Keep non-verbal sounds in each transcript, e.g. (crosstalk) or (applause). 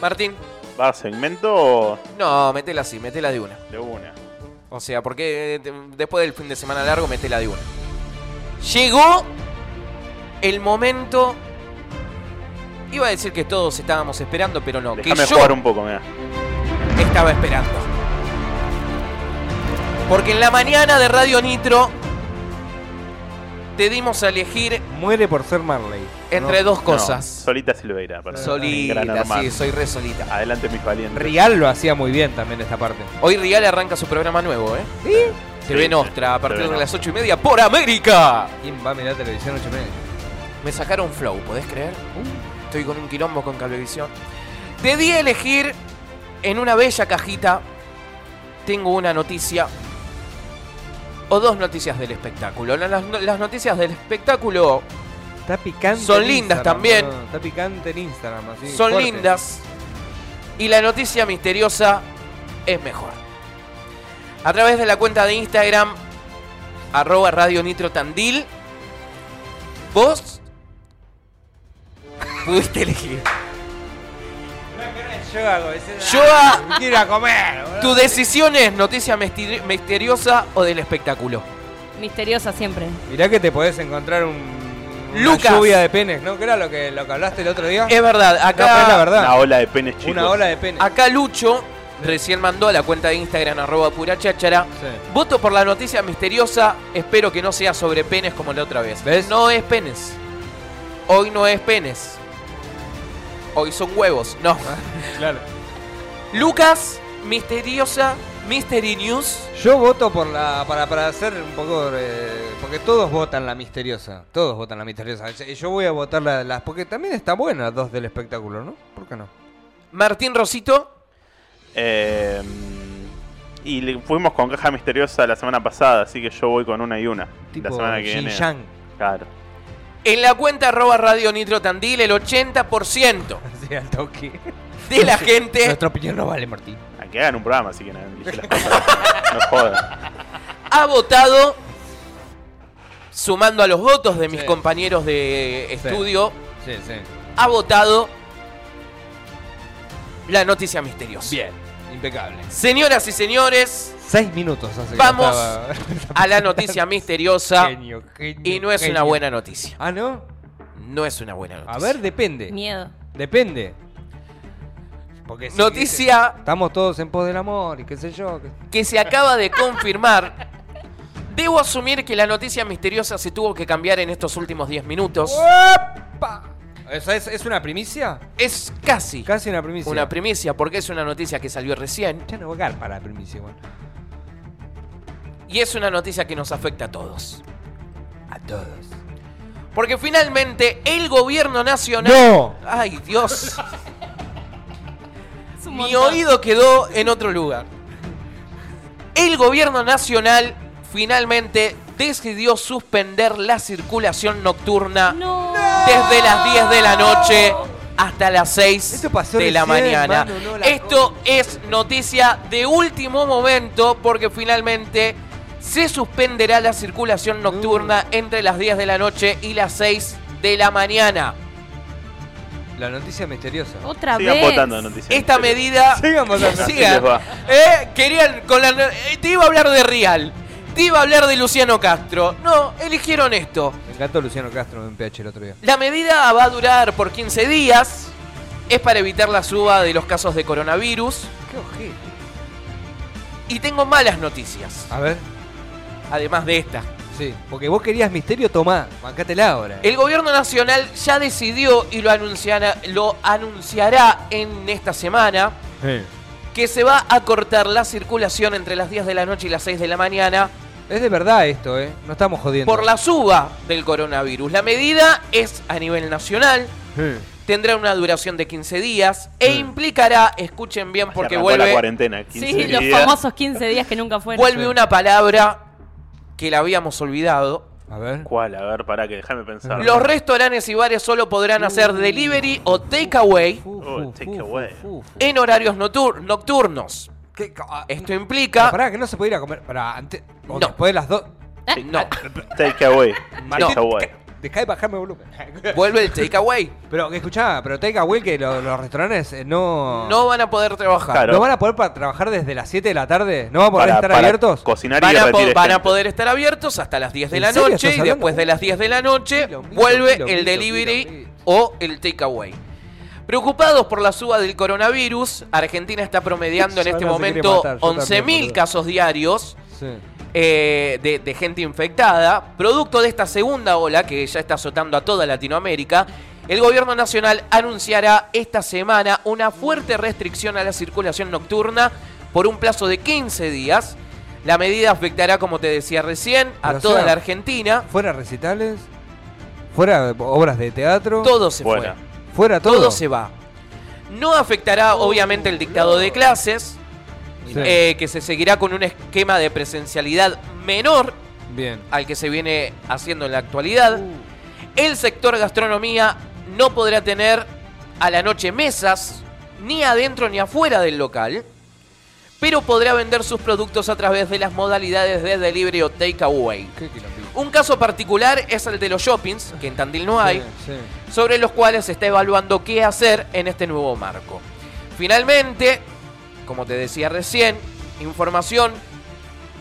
Martín. ¿Va segmento No, metela así, metela de una. de una? O sea, porque eh, te- después del fin de semana largo, metela de una. Llegó el momento. Iba a decir que todos estábamos esperando, pero no. Déjame que yo jugar un poco, mira. estaba esperando. Porque en la mañana de Radio Nitro te dimos a elegir Muere por ser Marley. entre dos cosas. Solita Silveira, para Gran solita, Hermano. sí, soy re solita. Adelante, mis valientes. Rial lo hacía muy bien también esta parte. Hoy Rial arranca su programa nuevo, ¿eh? ¿Sí? TV sí, Nostra, a partir TV de las Nostra. 8 y media por América. ¿Quién va a mirar televisión ocho y media? Me sacaron Flow, ¿podés creer? Uh, Estoy con un quilombo con Cablevisión. Te di a elegir en una bella cajita. Tengo una noticia. O dos noticias del espectáculo. La- Las, las noticias del espectáculo Está picante. Son en lindas Instagram, también. boludo. Está picante en Instagram. Así, son fuerte. lindas. Y la noticia misteriosa es mejor. A través de la cuenta de Instagram, arroba Radio Nitro Tandil, vos (laughs) pudiste elegir. Yo hago ese. Joa Quiero ir a comer. boludo. Tu decisión es noticia misteri- misteriosa o del espectáculo. Misteriosa siempre. Mirá que te podés encontrar un. una Lucas. lluvia de penes, ¿no? ¿Qué era lo que, lo que hablaste el otro día? Es verdad, No, Ah. pero es la acá, verdad. Una ola de penes chicos. Una ola de penes. acá Lucho recién mandó a la cuenta de Instagram arroba pura cháchara. Sí. Voto por la noticia misteriosa, espero que no sea sobre penes como la otra vez. ¿Ves? No es penes. Hoy no es penes. Hoy son huevos, no. Ah. Claro. Lucas, misteriosa, Mystery News. Yo voto por la. para, para hacer un poco. eh, porque todos votan la misteriosa. Todos votan la misteriosa. Y Yo voy a votar la- las. porque también está buena las dos del espectáculo, ¿no? ¿Por qué no? Martín Rosito, Eh, y le- fuimos con caja misteriosa la semana pasada, así que yo voy con una y una. Tipo la semana que viene. Xinjiang. Claro. en la cuenta arroba radio nitro tandil, el 80% (laughs) Así al toque. (laughs) de (laughs) la gente Nuestra opinión no vale, Martín. A que hagan un programa, así que no, (laughs) dije las cosas. no jodan. ha votado, sumando a los votos de mis Sí. compañeros de estudio, Sí, sí. ha votado la noticia misteriosa. Bien. Impecable. Señoras y señores, Seis minutos hace que Vamos estaba- (laughs) (laughs) a la noticia misteriosa. Genio, genio, Y no es una genio. buena noticia. Ah, ¿no? No es una buena noticia. A ver, Eh, depende. Miedo. Depende. Porque si- Noticia Estamos todos en pos del amor y qué sé yo. que- que se acaba de confirmar. Debo asumir que la noticia misteriosa se tuvo que cambiar en estos últimos 10 minutos. ¡Opa! O sea, ¿Es, es una primicia? Es casi Casi una primicia. una primicia porque es una noticia que salió recién. Ya no voy a para la primicia, bueno. Y es una noticia que nos afecta a todos. A todos. Porque finalmente el gobierno nacional... ¡No! ¡Ay, Dios! Es un Mi montón. oído quedó en otro lugar. El gobierno nacional finalmente decidió suspender la circulación nocturna No. desde las 10 de la noche hasta las 6 Esto pasó de la recién, mañana. mano, no la Esto es noticia de último momento porque finalmente se suspenderá la circulación nocturna Mm. entre las 10 de la noche y las 6 de la mañana. La noticia misteriosa. Otra Sigan vez. votando noticias. Esta misteriosas. (laughs) medida... Sigan (laughs) votando. Así Sigan. les va. Eh, Querían con la... eh, Te iba a hablar de Real. Te iba a hablar de Luciano Castro. No, eligieron esto. Me encantó Luciano Castro en PH el otro día. La medida va a durar por 15 días. Es para evitar la suba de los casos de coronavirus. Qué ojete. Y tengo malas noticias. A ver. Además de esta. Sí. Porque vos querías misterio, tomá. Bancátela ahora. El gobierno nacional ya decidió y lo anunciará, lo anunciará en esta semana Sí. que se va a cortar la circulación entre las 10 de la noche y las 6 de la mañana Es de verdad esto, ¿eh? No estamos jodiendo. por la suba del coronavirus. La medida es a nivel nacional, Sí. tendrá una duración de 15 días e Sí. implicará, escuchen bien Mm. Se porque arrancó la vuelve, cuarentena. 15 Sí, los días. famosos 15 días que nunca fueron. vuelve una palabra que la habíamos olvidado. A ver. ¿Cuál? A ver, pará, que déjame pensar. Los restaurantes y bares solo podrán hacer delivery o takeaway Fu, Oh, fu, take fu, away. fu, fu. en horarios notur- nocturnos. ¿Qué co- ah, Esto Pero implica... Pará, que no se puede ir a comer. Pará, antes. o No. Después de las dos. No, Take away. No. Take away. Dejá de bajarme el volumen. Vuelve el (laughs) takeaway. pero escuchá, pero Take Away que lo- los restaurantes eh, no, No van a poder trabajar. Claro. no van a poder pa- trabajar desde las 7 de la tarde. ¿No van a poder estar abiertos? Cocinar Van y este a, po- derretir van a gente. poder estar abiertos hasta las 10 de ¿En la serio noche estás y después hablando? de las 10 de la noche Milo, Milo, vuelve Milo, el Milo, delivery Milo, Milo. o el takeaway. Preocupados por la suba del coronavirus, Argentina está promediando en Ya este no se quiere momento matar, yo también, 11.000 boludo. casos diarios Sí. eh, de, de gente infectada. Producto de esta segunda ola que ya está azotando a toda Latinoamérica, el gobierno nacional anunciará esta semana una fuerte restricción a la circulación nocturna por un plazo de 15 días. La medida afectará, como te decía recién, a Pero, o toda sea, la Argentina. Fuera recitales, fuera obras de teatro, Todo se Bueno. fue. fuera todo. Todo. se va. No afectará, obviamente, el dictado de clases, Sí. eh, que se seguirá con un esquema de presencialidad menor Bien. al que se viene haciendo en la Uh, actualidad. El sector gastronomía no podrá tener a la noche mesas ni adentro ni afuera del local, pero podrá vender sus productos a través de las modalidades de delivery o takeaway. Qué quilombito. Un caso particular es el de los shoppings, que en Tandil no hay, Sí, sí. sobre los cuales se está evaluando qué hacer en este nuevo marco. Finalmente, como te decía recién, información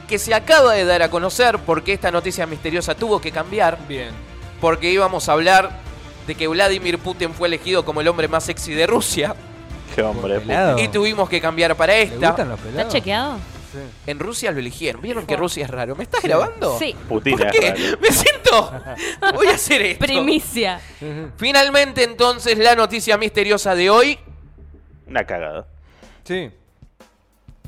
que se acaba de dar a conocer porque esta noticia misteriosa tuvo que cambiar, Bien. porque íbamos a hablar de que Vladimir Putin fue elegido como el hombre más sexy de Rusia Qué hombre. de puta. Pelado. y tuvimos que cambiar para ¿Le gustan esta. los ¿Está pelados? chequeado? Sí. En Rusia lo eligieron. ¿Vieron que Rusia es raro? ¿Me estás grabando? (laughs) Sí. Putin ¿Por es qué? raro. Me siento. (laughs) Voy a hacer esto. Primicia. Sí, sí. Finalmente, entonces, la noticia misteriosa de hoy Una cagada. Sí.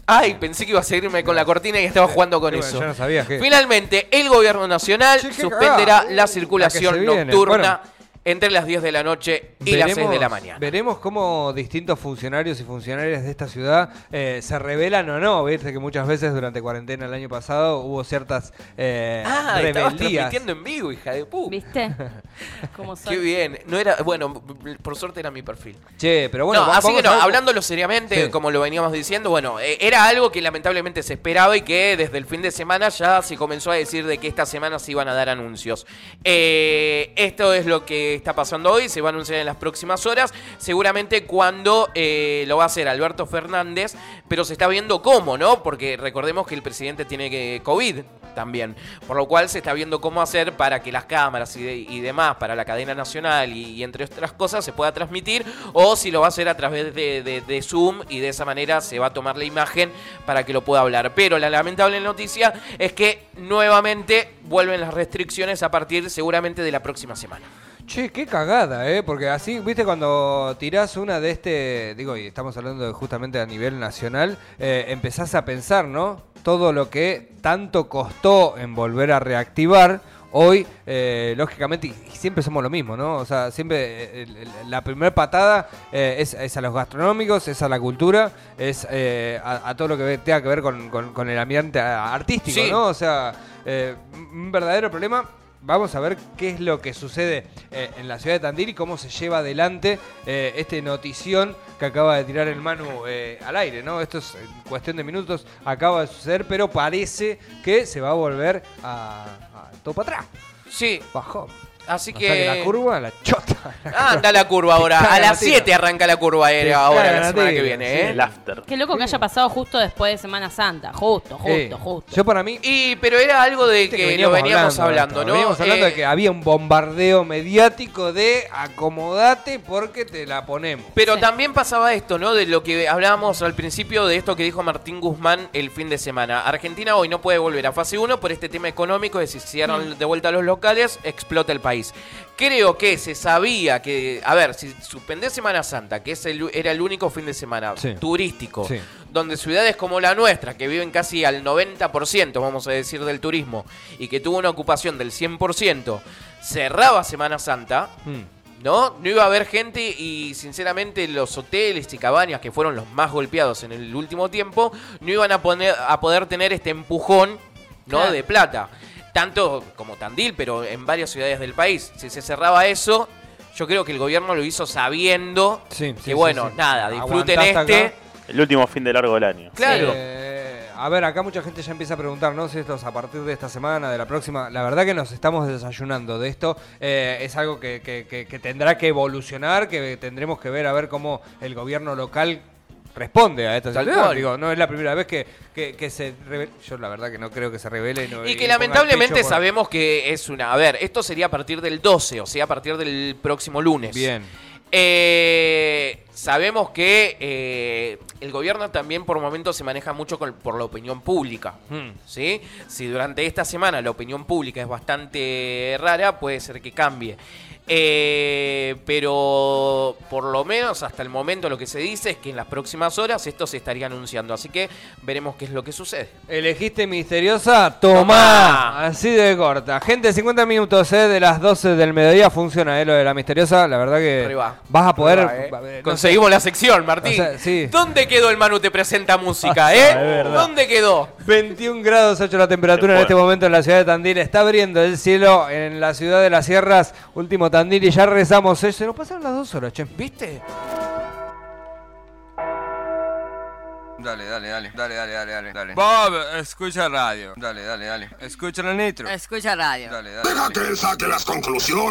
Ay, pensé que iba a seguirme con la cortina y estaba jugando con Bueno, eso. Yo no sabía que. Finalmente, el gobierno nacional Che, qué suspenderá cagada. la La circulación que se viene, nocturna entre las 10 de la noche y las 6 de la mañana. Veremos cómo distintos funcionarios y funcionarias de esta ciudad eh, se rebelan o no. Viste que muchas veces durante cuarentena el año pasado hubo ciertas eh, Ah, estabas rebeldías. transmitiendo en vivo, hija de pu. (laughs) ¿Viste? Como soy. Qué bien. No era, bueno, por suerte era mi perfil. Che, pero bueno, no, va- así vamos que no, a ver- hablándolo seriamente, Sí. como lo veníamos diciendo, bueno, eh, era algo que lamentablemente se esperaba y que desde el fin de semana ya se comenzó a decir de que esta semana se iban a dar anuncios. Eh, esto es lo que está pasando hoy, se va a anunciar en las próximas horas, seguramente cuando eh, lo va a hacer Alberto Fernández, pero se está viendo cómo, ¿no? Porque recordemos que el presidente tiene que COVID también, por lo cual se está viendo cómo hacer para que las cámaras y, de- y demás, para la cadena nacional y, y entre otras cosas, se pueda transmitir, o si lo va a hacer a través de, de- de Zoom y de esa manera se va a tomar la imagen para que lo pueda hablar. Pero la lamentable noticia es que nuevamente vuelven las restricciones a partir seguramente de la próxima semana. Che, qué cagada, ¿eh? Porque así, viste, cuando tirás una de este, digo, y estamos hablando de justamente a nivel nacional, eh, empezás a pensar, ¿no? Todo lo que tanto costó en volver a reactivar. Hoy, eh, lógicamente, y y siempre somos lo mismo, ¿no? O sea, siempre eh, el- el- la primera patada eh, es, es a los gastronómicos, es a la cultura, es eh, a, a todo lo que ve- tenga que ver con, con- con el ambiente ah, artístico, Sí. ¿no? O sea, eh, un verdadero problema. Vamos a ver qué es lo que sucede eh, en la ciudad de Tandil y cómo se lleva adelante eh, este notición que acaba de tirar el Manu eh, al aire, ¿no? Esto es eh, cuestión de minutos, acaba de suceder, pero parece que se va a volver a, a todo para atrás, Sí, bajó. así O que... sea que la curva, la chota. Ah, anda la curva (laughs) ahora. Te A cagan a las tiro. 7 arranca la curva Te aérea ahora, cagan la a semana que tiro, sí. viene. ¿eh? El after. Qué loco que haya pasado justo después de Semana Santa. Justo, justo, Eh, justo. Yo para mí Y, pero era algo de que, lo veníamos hablando, de ¿no? esto. Veníamos hablando Eh, de que había un bombardeo mediático de acomodate porque te la ponemos. Pero Sí. también pasaba esto, ¿no? De lo que hablábamos al principio de esto que dijo Martín Guzmán el fin de semana. Argentina hoy no puede volver a fase 1 por este tema económico de si cierran de vuelta los locales, explota el país. Creo que se sabía que, a ver, si suspendés Semana Santa, que es el- era el único fin de semana Sí. turístico, Sí. donde ciudades como la nuestra, que viven casi al 90%, vamos a decir, del turismo, y que tuvo una ocupación del 100%, cerraba Semana Santa, Mm. ¿No? No iba a haber gente y sinceramente los hoteles y cabañas que fueron los más golpeados en el último tiempo no iban a, poner, a poder tener este empujón ¿no? Claro. de plata. Tanto como Tandil, pero en varias ciudades del país. Si se cerraba eso, yo creo que el gobierno lo hizo sabiendo Sí, sí, que sí, bueno, sí. nada, disfruten Aguantá hasta este. acá. El último fin del largo del año. Claro. Eh, a ver, acá mucha gente ya empieza a preguntarnos si esto es a partir de esta semana, de la próxima. La verdad que nos estamos desayunando de esto. Eh, es algo que, que- que- que tendrá que evolucionar, que tendremos que ver a ver cómo el gobierno local responde a esta Tal situación. cual. Digo, no es la primera vez que, que- que se revele. Yo la verdad que no creo que se revele. no- Y ponga que el lamentablemente pecho por- sabemos que es una... A ver, esto sería a partir del 12, o sea, a partir del próximo lunes. Bien. Eh, sabemos que eh, el gobierno también por momentos se maneja mucho con- por la opinión pública. Hmm. ¿sí? Si durante esta semana la opinión pública es bastante rara, puede ser que cambie. Eh, pero por lo menos hasta el momento lo que se dice es que en las próximas horas esto se estaría anunciando. Así que veremos qué es lo que sucede. Elegiste misteriosa, Tomá. tomá. Así de corta. Gente, 50 minutos eh, de las 12 del mediodía funciona eh, lo de la misteriosa. La verdad que Arriba. vas a poder. Ahí va, va- eh. no Conseguimos la sección, Martín. O sea, sí. Ah, ¿Dónde quedó el Manu te presenta música, eh? ¿Dónde quedó? sé, 21 grados 8 la temperatura en Qué este fuerte. momento en la ciudad de Tandil. Está abriendo el cielo en la ciudad de las sierras. Último Tandil y ya rezamos. eh. Se nos pasaron las dos horas, che. ¿Viste? Dale, dale, dale, dale, dale, dale, dale, dale. Bob, escucha radio. Dale, dale, dale. Escucha la nitro. Escucha radio. Dale, dale. Deja que él saque las conclusiones.